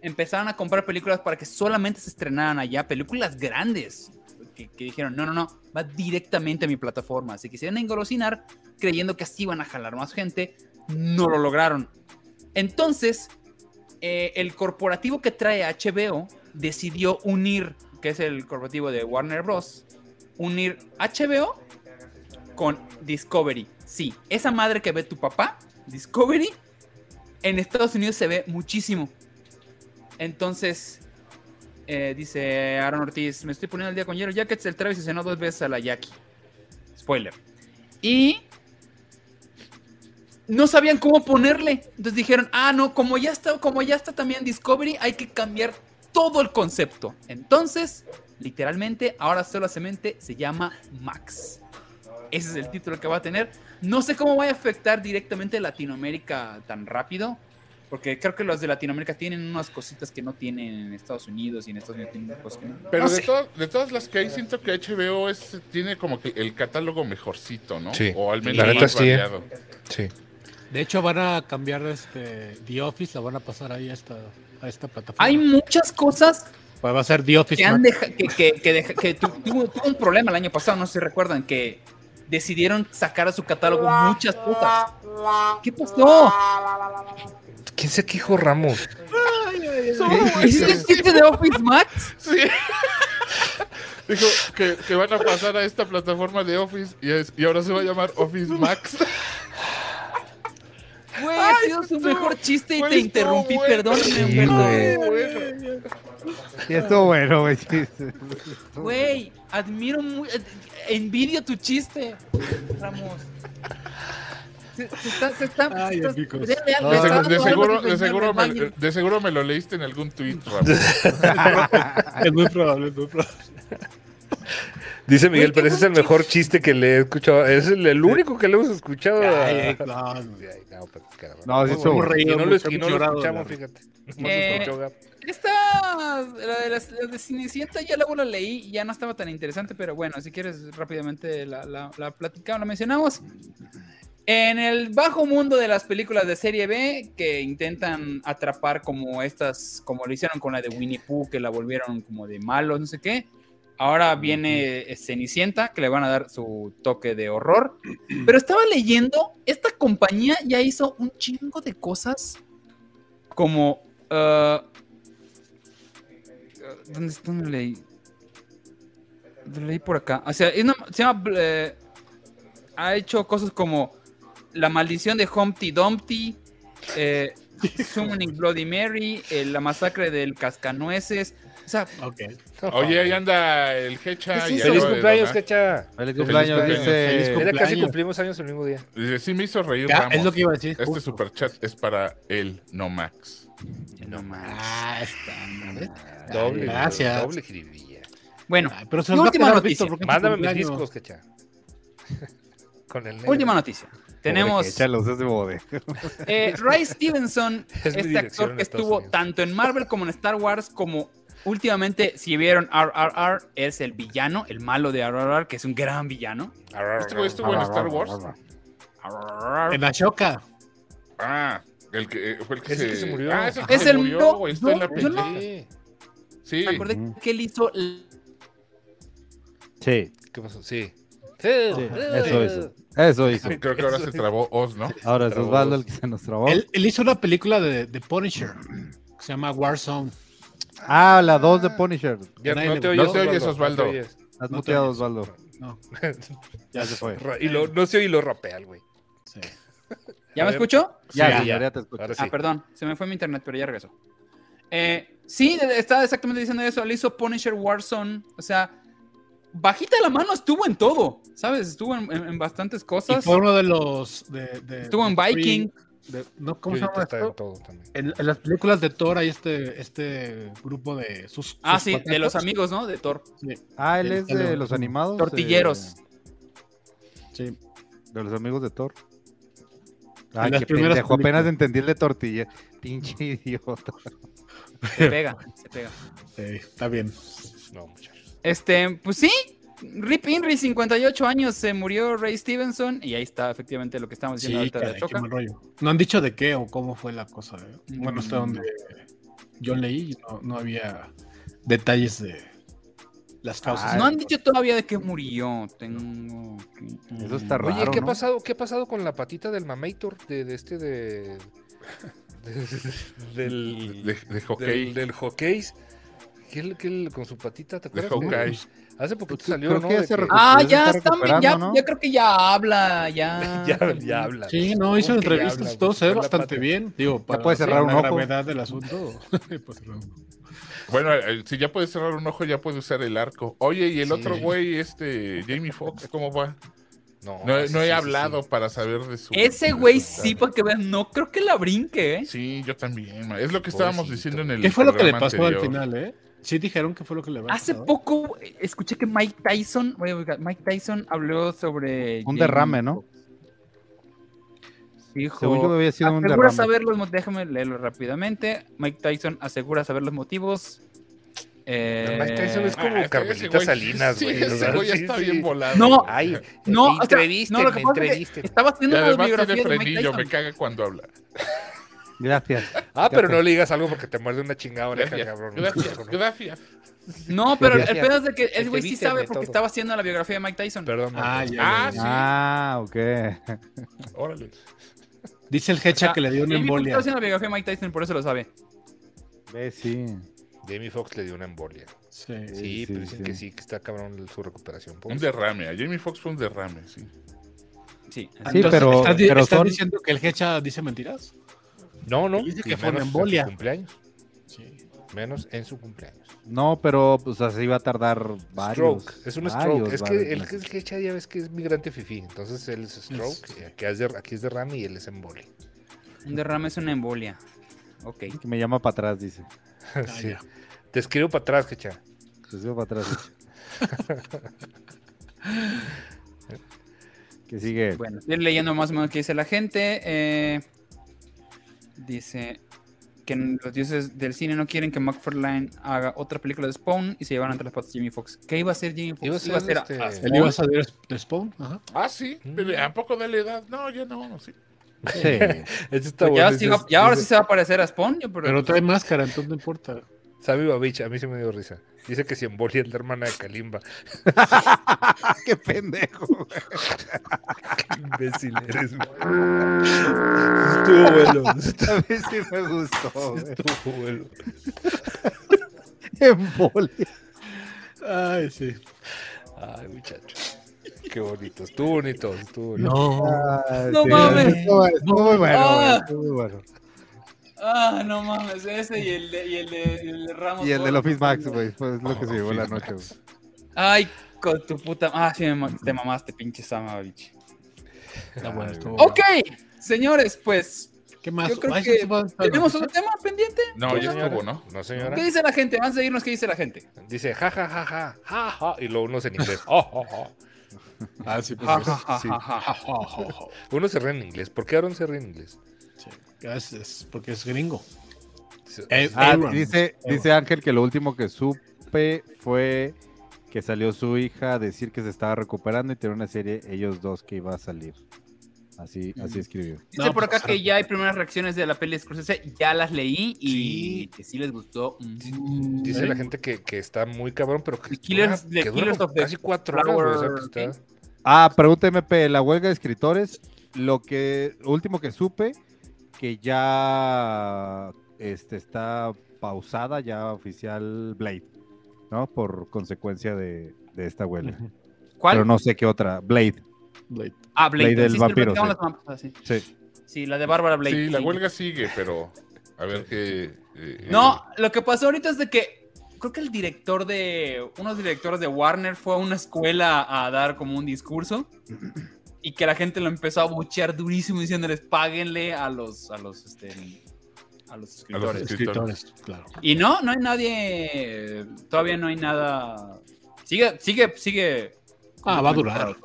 E: Empezaron a comprar películas para que solamente se estrenaran allá, películas grandes. Que, que dijeron, no, no, no, va directamente a mi plataforma. Se quisieron engolosinar creyendo que así iban a jalar más gente. No lo lograron. Entonces, eh, el corporativo que trae HBO decidió unir, que es el corporativo de Warner Bros., unir HBO con Discovery. Sí, esa madre que ve tu papá, Discovery, en Estados Unidos se ve muchísimo. Entonces, eh, dice Aaron Ortiz, me estoy poniendo al día con Yellow Jackets, el Travis se cenó dos veces a la Jackie. Spoiler. Y no sabían cómo ponerle. Entonces dijeron, ah, no, como ya está, como ya está también Discovery, hay que cambiar todo el concepto. Entonces, literalmente, ahora solamente se llama Max. Ese es el título que va a tener. No sé cómo va a afectar directamente Latinoamérica tan rápido, porque creo que los de Latinoamérica tienen unas cositas que no tienen en Estados Unidos y en Estados Unidos tienen cosas que no.
B: Pero
E: no
B: de,
E: sé.
B: to- de todas las que hay, siento que HBO es, tiene como que el catálogo mejorcito, ¿no?
A: Sí.
B: O al menos
A: La neta
B: más
A: sí, ¿eh?
B: variado.
A: Sí.
D: De hecho, van a cambiar este The Office, la van a pasar ahí a esta, a esta plataforma.
E: Hay muchas cosas
D: Pues va a ser The Office.
E: que han
D: Max.
E: deja- que, que- que deja- que tu- tuvo, tuvo un problema el año pasado, no sé si recuerdan, que decidieron sacar a su catálogo muchas cosas. ¿Qué pasó?
A: ¿Quién se quejó Ramos?
E: ¿Hiciste este chiste de Office Max?
B: Sí. Dijo que, que van a pasar a esta plataforma de Office y, es- y ahora se va a llamar Office Max.
E: Güey, ha sido su
B: estuvo-
E: mejor chiste y
B: güey,
E: te
B: estuvo
E: interrumpí,
A: Sí,
B: bueno.
E: perdónenme, perdón.
A: güey.
B: Bueno,
C: Sí, estuvo bueno, güey. sí, sí.
E: Güey, admiro muy. eh, Envidio tu chiste, Ramos. Se, se está. Se está. se
D: Ay,
E: está-
D: amigos.
E: de- de- le
B: de,
E: está
B: segu- de seguro,
E: dando ganas
B: de, seguro me,
E: defenderme, Maggie.
B: de seguro me lo leíste en algún tweet, Ramón.
D: Es muy probable, es muy probable.
A: Dice Miguel,
E: Güey, qué
A: pero ese es el
E: buen
A: mejor chiste que le he escuchado. Es el, el único que le hemos escuchado. a-
D: Ay, no, no.
A: Ay, no, pero qué cabrón.
C: No, sí
A: Muy
C: estuvo
A: bueno.
D: bueno.
A: Y no lo,
D: Mucho,
A: y no
D: mucho
A: lo
D: llorado,
A: escuchamos,
D: la
A: fíjate. No
E: Eh,
A: se escuchó, Gab.
E: Esta. La de, las- la de Cenicienta ya luego la leí y ya no estaba tan interesante, pero bueno, si quieres rápidamente la, la, la platicamos, la mencionamos. En el bajo mundo de las películas de serie B que intentan atrapar como estas, como lo hicieron con la de Winnie Pooh, que la volvieron como de malos, no sé qué. Ahora viene eh, Cenicienta, que le van a dar su toque de horror. Pero estaba leyendo, esta compañía ya hizo un chingo de cosas como... ah, ¿Dónde, ¿Dónde leí? Lo leí por acá. O sea, es una- se llama... eh, ha hecho cosas como La maldición de Humpty Dumpty, eh, Summoning Bloody Mary, eh, La masacre del Cascanueces. O sea,
D: Ok.
B: Oye, ahí anda el Hecha. y
A: Pues Feliz
B: acaba de
A: cumpleaños,
B: donar.
A: Cacha.
B: cumpleaños,
C: Feliz cumpleaños,
D: feliz
C: dice.
A: Mira, casi
D: cumpleaños.
A: cumplimos años el mismo día.
B: Dice, Sí me hizo reír,
D: Ya,
B: Ramos.
D: es lo que iba a decir.
B: Este
D: justo.
B: superchat es para él, no Max.
E: no mames.
D: Ah, está. madre.
A: Doble.
D: Gracias.
A: Doble jiribilla.
E: Bueno,
D: Ah, pero se
E: Y
D: nos va a
E: última
D: quedar
E: noticia.
D: Víctor, porque es tu
A: Mándame mis
D: cumpleaños.
A: discos, Cacha. Con el negro.
E: última noticia. Tenemos
C: Échalos ese bode.
E: eh, Ray Stevenson,
A: Es mi
E: este
A: dirección
E: actor
A: en
E: que
A: Estados
E: estuvo
A: Unidos.
E: tanto en Marvel como en Star Wars, como últimamente, si vieron RRR, es el villano, el malo de RRR, que es un gran villano.
B: Este güey estuvo en Star Wars.
E: RRR.
D: En Ashoka.
B: Ah, el que eh, fue el que,
A: Es el que se murió.
B: Ah, es el que
E: Es
B: se
E: el
B: murió,
E: no-
B: güey, Está
E: no,
B: en la
E: yo no-
B: película.
A: Sí.
B: Sí.
E: Me acordé
C: Ujú.
E: que él hizo el-
C: Sí,
A: ¿Qué pasó? Sí.
C: sí, eso hizo. Eso hizo.
B: Creo que ahora se trabó Oz, ¿no?
C: Ahora es
A: Trabó.
C: Osvaldo el que se nos trabó.
D: Él, él hizo una película de, de Punisher que se llama Warzone.
C: Ah, la 2 de Punisher.
A: Ya,
D: Nadie
A: no
D: le-
A: te
B: no
A: oyes,
B: te oyes,
A: No te
B: Osvaldo.
A: oyes.
C: Has
D: No
C: muteado,
D: te oyes.
C: Osvaldo.
D: No,
C: Ya se fue.
A: Ra- Y lo, no se oye y lo rapea el güey.
D: sí.
E: ¿Ya
A: A
E: me
A: ver.
E: escuchó?
C: Ya,
D: ya,
C: ya,
A: ya.
C: ya te escucho.
D: pues
A: Ahora sí.
E: Ah, perdón, se me fue mi internet, pero ya regresó. Eh, sí, estaba exactamente diciendo eso. Él hizo Punisher Warzone. O sea, bajita la mano estuvo en todo, ¿sabes? Estuvo en, en- en bastantes
D: Y
E: cosas.
D: fue uno de los. De, de-
E: Estuvo en
D: de Free-
E: Viking.
D: de- no,
A: Y
D: ¿Cómo se
A: ahorita
D: llama
A: está en
D: esto?
A: todo también.
D: En, en las películas de Thor hay este, este grupo de sus.
E: Ah,
D: sus
E: sí, de
D: cuatacos.
E: los amigos, ¿no? De Thor.
C: Ah, él es de
D: Échalo.
C: los animados. eh,
E: Tortilleros.
D: Sí.
C: de los amigos de Thor. Ay,
D: las
C: qué
D: primeras
C: pendejo. Apenas
D: películas.
C: entendí el de tortilla. Pinche idiota.
E: Se pega, se pega.
D: Sí, está bien.
A: No, muchachos.
E: Este, pues sí. Rip Inri, 58 años, se murió Ray Stevenson. Y ahí está efectivamente lo que estamos
D: Sí,
E: diciendo ahorita de
D: caray, qué
E: Ashoka.
D: mal rollo. No han dicho de qué o cómo fue la cosa. eh. Bueno, hasta
E: Mm.
D: donde yo leí, no, no había detalles de las causas.
C: Ay,
E: No
A: pues.
E: han dicho todavía Ah, de qué murió. Tengo. que-
C: Eso está raro.
A: Oye, ¿qué ha
C: ¿no?
A: pasado? ¿Qué ha pasado con la patita del Mamator de, de este de, de- del,
B: De, de
A: del,
B: hockey.
A: del hockey? ¿Qué le- qué le- con su patita, ¿te
B: De
A: acuerdas?
B: Hawkeye.
A: Hace poquito
C: Pues,
A: salió,
C: creo
A: ¿no?
C: que ya
A: De
C: se recu-
E: Ah,
C: Pues ya
E: ya
C: se está
E: está. Ya,
C: recuperando, ¿no?
E: ya creo que ya habla. Ya.
A: ya, ya habla.
D: Sí, no, hizo
A: Ok,
D: entrevistas,
A: habla,
D: todo
A: pues,
D: se ve
A: habla
D: bastante
A: pata.
D: bien. Digo, para
C: puede cerrar
D: la
C: un ojo.
D: gravedad del asunto. pues, cerrar un ojo.
B: Bueno, eh, si ya puedes cerrar un ojo, ya puedes usar el arco. Oye, y el otro güey, este, Jamie Foxx, ¿cómo va?
A: No,
B: No,
A: sí, sí,
B: no he
A: sí,
B: hablado
A: sí.
B: para saber de su.
E: Ese
B: de
E: güey
B: su-
E: sí, para que vean, no creo que la brinque, ¿eh?
B: Sí, yo también. ma. Es lo que estábamos
A: Pobrecito.
B: diciendo en el.
D: ¿Qué fue lo que le
B: programa
D: pasó al
B: anterior.
D: final, eh? Sí dijeron que fue lo que le pasó.
E: Hace poco eh, escuché que Mike Tyson, voy a buscar, Mike Tyson habló sobre...
C: Un
E: Jamie
C: derrame, ¿no?
E: Foxx. Dijo,
C: Según yo había sido un
E: asegura
C: derrame.
E: saber los mo- déjame leerlo rápidamente. Mike Tyson asegura saber los motivos. Eh,
A: Mike Tyson es
B: Ah,
A: como
B: ese- ese
A: Carmelita
B: güey-
A: Salinas, güey,
B: Sí,
A: o
B: ese
A: sea,
B: güey ya
A: sí,
B: está
A: sí.
B: bien volado.
E: No,
B: güey.
A: Ay,
E: No, o sea,
A: entrevístenme,
E: no, lo que pasa es que
A: entrevístenme.
E: estaba
B: Y
E: haciendo una
B: además tiene
E: biografía de Mike
B: frenillo,
E: Tyson.
B: me caga cuando habla.
C: Gracias.
A: Ah, pero
C: Fíjate.
A: no le digas algo porque te muerde una chingada oreja,
B: Gracias,
A: cabrón.
B: gracias, gracias.
E: No, pero el
C: Biografía.
E: pedo es de que el güey sí
A: Entrevístenme
E: sabe porque
A: todo.
E: estaba haciendo la biografía de Mike Tyson.
A: Perdón,
D: Ah,
A: Marco.
D: ya.
B: Ah,
D: ya, ya.
B: sí.
C: Ah, ok.
B: Órale.
D: Dice el
E: O sea,
D: Hecha que le dio una
E: Jamie Foxx
D: embolia.
E: Estaba haciendo la biografía de Mike Tyson, por eso lo sabe.
C: Ve, sí.
A: Jamie Foxx le dio una embolia.
D: Sí.
A: Sí,
C: Sí,
A: pero
C: sí,
A: dicen
C: sí.
A: que sí, que está cabrón su recuperación.
B: Un
A: pobre.
B: derrame. A Jamie Foxx fue un derrame, sí.
E: Sí.
C: Sí, pero-
D: ¿Estás, di-
C: pero
D: estás
C: son-
D: diciendo que el Hecha dice mentiras?
A: No, no.
D: Dice
A: y
D: que fue una
A: menos en su
D: embolia.
A: cumpleaños.
D: Sí.
A: Menos en su cumpleaños.
C: No, pero pues así va a tardar varios.
A: Stroke, es un
C: varios,
A: stroke. Es
C: varios
A: que él
C: meses.
A: es que echa ya ves que es migrante fifí. Entonces él es stroke, y aquí es, de, aquí es derrame y él es embolia.
E: Un derrame es una embolia. Ok.
C: Que me llama para atrás, dice.
D: Ah,
A: Sí.
D: ya.
A: Te escribo para atrás, Kecha.
C: Que sigo para atrás. que sigue.
E: Bueno, estoy leyendo más o menos qué dice la gente. eh, dice que los dioses del cine no quieren que McFarlane haga otra película de Spawn y se llevan entre las patas Jimmy Fox. ¿Qué iba a hacer Jimmy Fox?
A: Iba a ser este-
E: a- Ah, a
D: ¿El
E: Spawn.
D: iba a salir Sp- de Spawn? Ajá.
B: Ah, sí. Pero ¿A poco de la edad? No, ya no, sí.
C: Sí.
A: Este está
E: Pues ya,
A: bueno,
E: sí
A: dices-
E: va- ya ahora sí
A: dice-
E: se va a parecer a Spawn. yo, pero,
D: Pero trae máscara, entonces no importa.
A: Sammy Babich, a mí se me dio risa. Dice que si embolia es la hermana de Kalimba.
C: Qué pendejo.
A: Qué imbécil eres. güey. Estuvo bueno.
C: A mí sí me gustó. güey.
A: Estuvo bueno.
C: Embolia.
D: Ay, sí.
A: Ay, muchacho. Qué bonito. Estuvo bonito. Estuvo bonito.
D: No.
C: Ay,
E: No mames.
C: Ah, Estuvo, estuvo muy bueno.
E: Ah.
C: güey, estuvo muy bueno.
E: Ah, no mames, ese y el de, y el de, el de Ramos.
C: Y el del
E: Bola.
C: Office Max, güey. Pues es lo que se llevó la noche. güey.
E: Ay, con tu puta. Ah, sí, me ma- te mamaste, pinche Samavich.
D: Está bueno, estuvo
E: Ok, señores, pues.
D: bueno. ¿Qué más?
E: Yo creo
D: Ay,
E: que
D: sí, bueno, está
E: ¿Tenemos
D: bueno.
E: otro tema pendiente?
B: No, ya
A: señora.
B: estuvo, ¿no?
A: No, señora.
E: ¿Qué dice la gente? Vamos a seguirnos, ¿qué dice la gente?
A: Dice ja, ja, ja, ja, ja, ja. Y luego unos en inglés. Oh, oh, oh.
D: Ah, sí, pues.
E: Ja,
D: sí.
E: ja, ja,
A: sí.
E: ja, ja, ja.
A: Uno se ríe en inglés. ¿Por qué Aaron se ríe en inglés?
D: Sí, Gracias, porque es gringo.
A: Dice-
D: Eh,
C: Ah,
D: Aaron.
C: dice, dice Ángel que lo último que supe fue que salió su hija a decir que se estaba recuperando y tenía una serie ellos dos que iba a salir. Así, así escribió.
E: Dice
D: No,
E: por
D: pues,
E: acá que ya hay primeras reacciones de la peli de Scorsese, ya las leí y
D: Sí.
E: que sí les gustó. un
D: Mm,
A: Dice
D: eh,
A: la gente que, que está muy cabrón, pero que,
E: The
B: "Ah,
E: Killers- The
A: que dura
E: Killers
A: como
E: of the
A: casi cuatro horas. güey, o sea, que
E: Flower
A: está-
C: Ah, pregunta MP, la huelga de escritores, lo que lo último que supe que ya este, está pausada ya oficial Blade, ¿no? Por consecuencia de, de esta huelga.
D: Ujú.
E: ¿Cuál?
C: Pero no sé qué otra, Blade.
D: Blade.
E: ah, Blade,
C: Blade del
E: sí, se
C: vampiro,
E: platicamos
C: sí.
E: la semana pasada, sí.
C: Sí.
E: Sí, la de Bárbara Blade.
B: Sí, la
E: sí.
B: huelga sigue, pero a ver qué. eh,
E: No, lo que pasó ahorita es de que creo que el director de unos directores de Warner fue a una escuela a dar como un discurso y que la gente lo empezó a buchear durísimo diciéndoles páguenle a los a los este
B: A
E: a los
B: los
E: escritores.
B: escritores.
D: Escritores, claro.
E: Y no, no hay nadie, todavía no hay nada. Sigue sigue sigue
D: Ah, va a durar.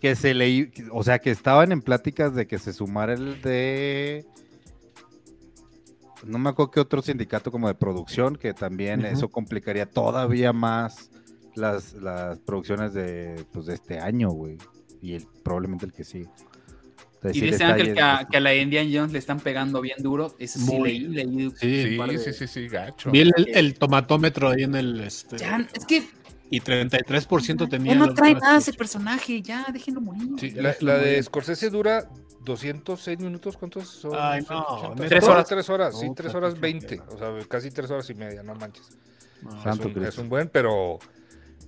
C: Que se leí, o sea, que estaban en pláticas de que se sumara el de no me acuerdo qué otro sindicato como de producción, que también
D: Ujú.
C: eso complicaría todavía más las, las producciones de, pues, de este año, güey. Y el, probablemente el que sigue. O sea, Pues sí
E: Y
C: pues, le
E: dice
C: está
E: Ángel que a,
C: yendo-
E: que a la Indian Jones le están pegando bien duro. Eso sí,
D: Muy.
E: leí, leí.
D: Sí,
B: eh, Sí,
E: un par de-
B: sí, sí, sí, gacho.
D: Vi el, el tomatómetro ahí en el. Este,
E: Ya, es que
D: y 33% tenía.
E: ya no
D: las
E: trae
D: últimas
E: nada ese
D: cosas.
E: personaje, ya déjenlo morir.
A: Sí, la, la de Scorsese dura 206 minutos. ¿Cuántos son?
D: Ay, no,
A: 280.
D: neta.
E: Tres horas.
A: Tres horas, sí,
D: No,
A: tres
D: está
A: horas
D: pinche
A: 20.
D: mierda.
A: O sea, casi tres horas y media, no manches.
D: No,
A: Es
C: Santo
A: un, es
C: Cristo.
A: un buen, pero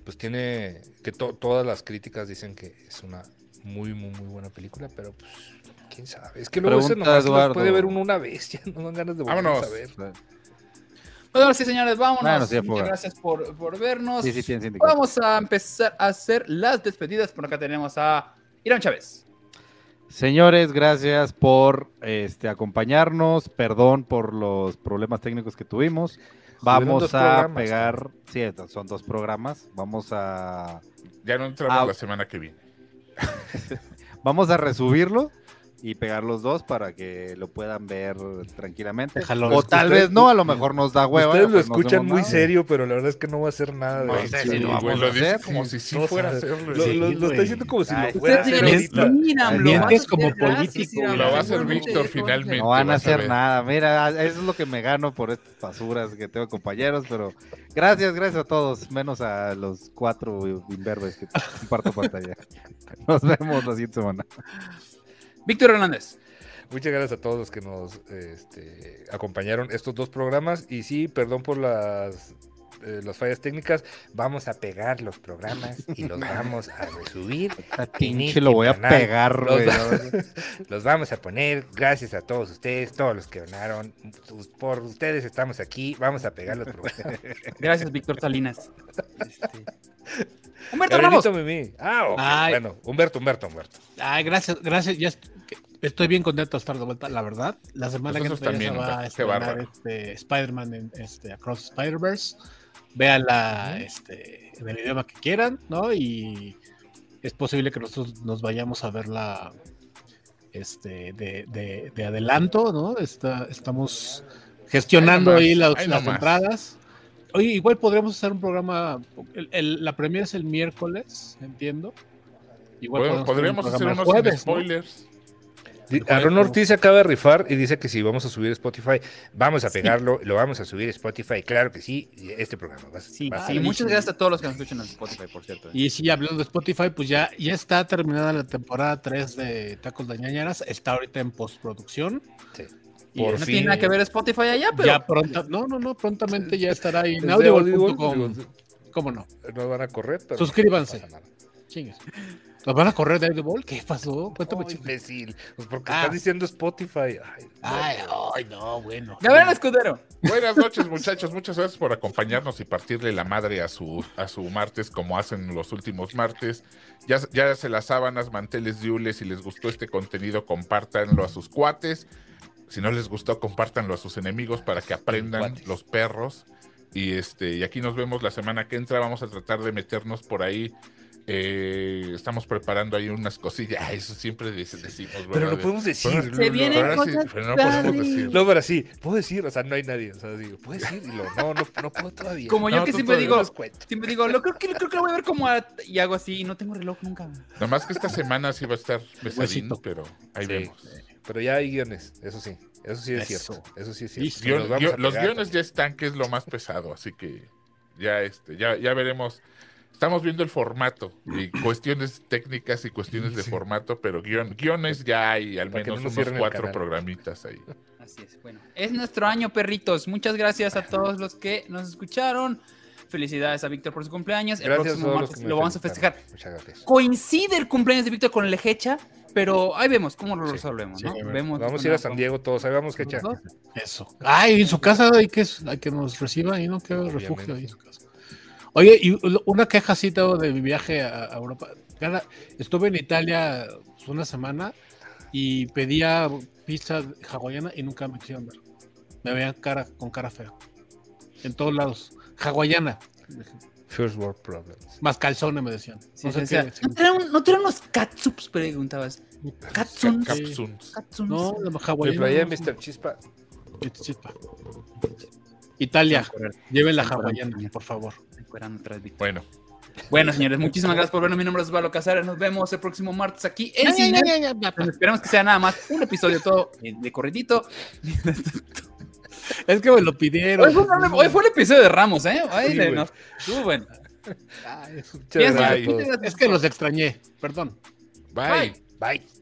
A: pues tiene que to- todas las críticas dicen que es una muy, muy, muy buena película, pero pues quién sabe. Es que luego ese
C: Pregunta
A: nomás las
C: Eduardo.
A: puede ver uno una vez, ya no dan ganas de volver a
B: Vámonos.
A: ver.
E: Bueno, Pues sí, señores, vámonos.
C: Bueno, sí,
E: Muchas
C: fuga.
E: gracias por, por vernos. Pues,
C: Sí, sí, tiene sindicato.
E: Vamos a empezar a hacer las despedidas. Por acá tenemos a Irán Chávez.
C: Señores, gracias por este, acompañarnos. Perdón por los problemas técnicos que tuvimos. Vamos
A: dos
C: a
A: programas,
C: pegar. Sí, estos son dos programas. Vamos a.
B: Ya no entramos
C: Ah.
B: la semana que viene.
C: Vamos a resubirlo y pegar los dos para que lo puedan ver tranquilamente.
D: Déjalo.
C: o
A: Es que
C: tal
A: ustedes-
C: vez no, a lo mejor nos da hueva.
A: Ustedes lo
C: pues no
A: escuchan
C: hacemos
A: muy
C: nada.
A: serio, pero la verdad es que no va a hacer nada de
C: No sé si
A: Sí,
C: lo
A: güey,
C: vamos
B: lo
C: a
B: dice
C: hacer,
B: como si sí
A: todos
B: fuera a
A: saben.
B: hacerlo.
A: Lo,
B: güey.
A: lo- lo está
D: güey.
A: diciendo como si
C: Ay,
A: lo fuera a hacer
D: ustedes tienen-
A: ahorita.
D: lo
E: pues,
D: Mientes como político,
B: Lo va a hacer Víctor finalmente.
C: No van a
B: vas
C: hacer
B: ver.
C: nada. Mira, ah, eso es lo que me gano por estas basuras que tengo compañeros, pero gracias, gracias a todos, menos a los cuatro imberbes que comparto pantalla. Nos vemos la siguiente semana.
E: Víctor Hernández.
A: Muchas gracias a todos los que nos este, acompañaron estos dos programas. Y sí, perdón por las, eh, las fallas técnicas. Vamos a pegar los programas y los vamos a resubir. en
C: Pinche,
A: este
C: lo voy a
A: canal.
C: pegar, güey.
A: Los, los vamos a poner. Gracias a todos ustedes, todos los que donaron. Sus- Por ustedes estamos aquí. Vamos a pegar los programas.
E: Gracias, Víctor Salinas. Este, Humberto Ramos.
A: Gabrielito Mimi. Ah, ok.
D: Ay.
A: Bueno, Humberto, Humberto, Humberto.
D: Ay, Ah, gracias, gracias. Ya est- que- estoy bien contento de estar de vuelta, la verdad. La semana
B: Nosotros
D: que entra ya
B: también,
D: se va
B: Humberto, qué
D: a estrenar
B: bárbaro.
D: este Spider-Man en este, Across Spider-Verse. Véanla este, en el idioma que quieran, ¿no? Y es posible que nosotros nos vayamos a verla este, de, de- de adelanto, ¿no? Está, estamos gestionando
B: Ahí nomás,
D: ahí, las,
B: ahí
D: las
B: nomás.
D: entradas. Oye, igual podríamos hacer un programa. el- el- la premiere es el miércoles, entiendo. Igual
B: Podemos-
D: podemos
B: podríamos hacer
D: un
B: unos
D: programa el
B: sin
D: jueves, ¿no?
B: spoilers.
A: Di-
D: Jueves,
A: Aaron
D: ¿no?
A: Ortiz se acaba de rifar y dice que si vamos a subir Spotify, vamos a pegarlo, lo vamos a subir a Spotify, claro que sí, y este programa. va a-
E: Sí,
A: va a
E: sí,
A: salir.
E: muchas gracias a todos los que nos escuchan en Spotify, por cierto.
D: Y sí, hablando de Spotify, pues ya, ya está terminada la temporada 3 de Tacos de Ñañaras. Está ahorita en postproducción.
A: Sí.
D: Y
A: Por fin.
E: no tiene nada que ver Spotify allá, pero
D: ya pronta, no, no, no, prontamente ya estará ahí en
A: Es de
D: audible.com.
A: Audible,
D: ¿Cómo no?
A: digo, No van a correr, pero.
D: Suscríbanse.
A: no pasa nada.
D: Chingues. ¿Los van a correr de Audible? ¿Qué pasó? Cuéntame,
A: Ay,
D: chingues.
A: Oh, imbécil. Pues porque
D: Ah.
A: estás diciendo Spotify. Ay,
D: Ay,
A: no.
D: ay, no, bueno.
E: Gabriel Escudero.
B: Buenas noches, muchachos. Muchas gracias por acompañarnos y partirle la madre a su, a su martes, como hacen los últimos martes. Ya, ya se las sábanas, manteles de hule. Si les gustó este contenido, compártanlo a sus cuates. Si no les gustó, compártanlo a sus enemigos para que aprendan
A: Cuates.
B: los perros. Y este, y aquí nos vemos la semana que entra. Vamos a tratar de meternos por ahí. Eh, estamos preparando ahí unas cosillas. Ah, eso siempre dice- decimos.
A: Pero
B: ¿verdad?
A: lo podemos
B: Pero-
A: decir.
E: Se
A: lo-
E: vienen
B: ahora sí,
E: cosas
B: pero no podemos
E: padres.
B: decirlo.
A: No, pero sí, puedo decir, o sea, no hay nadie. O sea, digo, puedo decir y lo- no, no, no puedo todavía.
E: Como yo
B: No,
E: que
B: tú
E: siempre
B: todavía
E: digo,
B: no los
E: siempre digo, lo creo que, creo que lo voy a ver como a- y hago así, y no tengo reloj nunca.
B: Nada más que esta semana sí va a estar pesadín,
D: Huesito.
B: pero ahí
A: Sí.
B: vemos.
A: Pero ya hay guiones, eso sí. Eso sí es
D: Eso.
A: cierto. Eso sí es
D: Listo.
A: cierto. Nos
B: Guion-
A: vamos
B: guion-
A: a
B: los
A: pegar
B: guiones ya están, que es lo más pesado, así que ya este, ya, ya veremos. Estamos viendo el formato y cuestiones técnicas y cuestiones de formato, pero guion- guiones ya hay al
A: Para que
B: menos
A: no nos
B: unos
A: cierren el
B: cuatro
A: canal.
B: programitas ahí.
E: Así es, bueno. Es nuestro año, perritos. Muchas gracias a todos los que nos escucharon. Felicidades a Víctor por su cumpleaños. El
A: Gracias a
E: próximo
A: todos los
E: martes
A: que me
E: lo vamos a
A: felicitaron.
E: festejar.
A: Muchas gracias.
E: Coincide el cumpleaños de Víctor con el de Hecha, pero ahí vemos cómo lo
A: Sí,
E: resolvemos,
D: sí,
E: ¿no?
D: sí,
E: Vemos
A: Vamos a
E: cómo
A: ir a
E: nos
A: San
E: vamos
A: Diego todos. Ahí vamos,
E: los
A: Kecha.
E: dos.
D: Eso. Ay, en su casa hay que, hay que nos reciba ahí, ¿no? Que
A: Obviamente.
D: refugio ahí en su casa. Oye, y lo- una queja sí tengo de mi viaje a, a Europa. Cara, estuve en Italia pues, una semana y pedía pizza hawaiana y nunca me quisieron ver. Me veían cara, con cara fea. En todos lados. Hawaiana.
A: First World Problems.
D: Más calzones me decían.
E: Sí,
D: No sé
E: o sea,
D: qué
E: ¿No
D: significa.
E: traen, ¿No traen unos catsups? Preguntabas. Catsuns.
D: Cap-
B: Capsuns.
E: Catsuns.
D: No, la
A: Mi
D: hawaiana.
A: playa
D: no es-
A: Mr. Chispa.
D: Chispa. Italia, lleven la
E: San Corral,
D: hawaiana,
E: señor.
D: por favor.
E: Recuerdan otra vez, Víctor.
B: Bueno,
E: Bueno, señores, muchísimas gracias por vernos. Mi nombre es Osvaldo Casares. Nos vemos el próximo martes aquí en
D: Ay, ay,
E: Cine.
D: ay, ay, ay, papá.
E: Pues esperemos que sea nada más un episodio todo eh, de corridito.
D: Es que me lo pidieron.
E: Hoy fue, un- hoy fue el episodio de Ramos, ¿eh? Ay,
A: Sí,
E: le-
A: güey.
E: no, estuvo bueno.
D: Ah, es-
A: Muchas
E: Bien, señores,
A: gracias a
E: muchas
A: todos.
E: gracias.
D: Es que los extrañé, perdón.
B: bye.
A: Bye.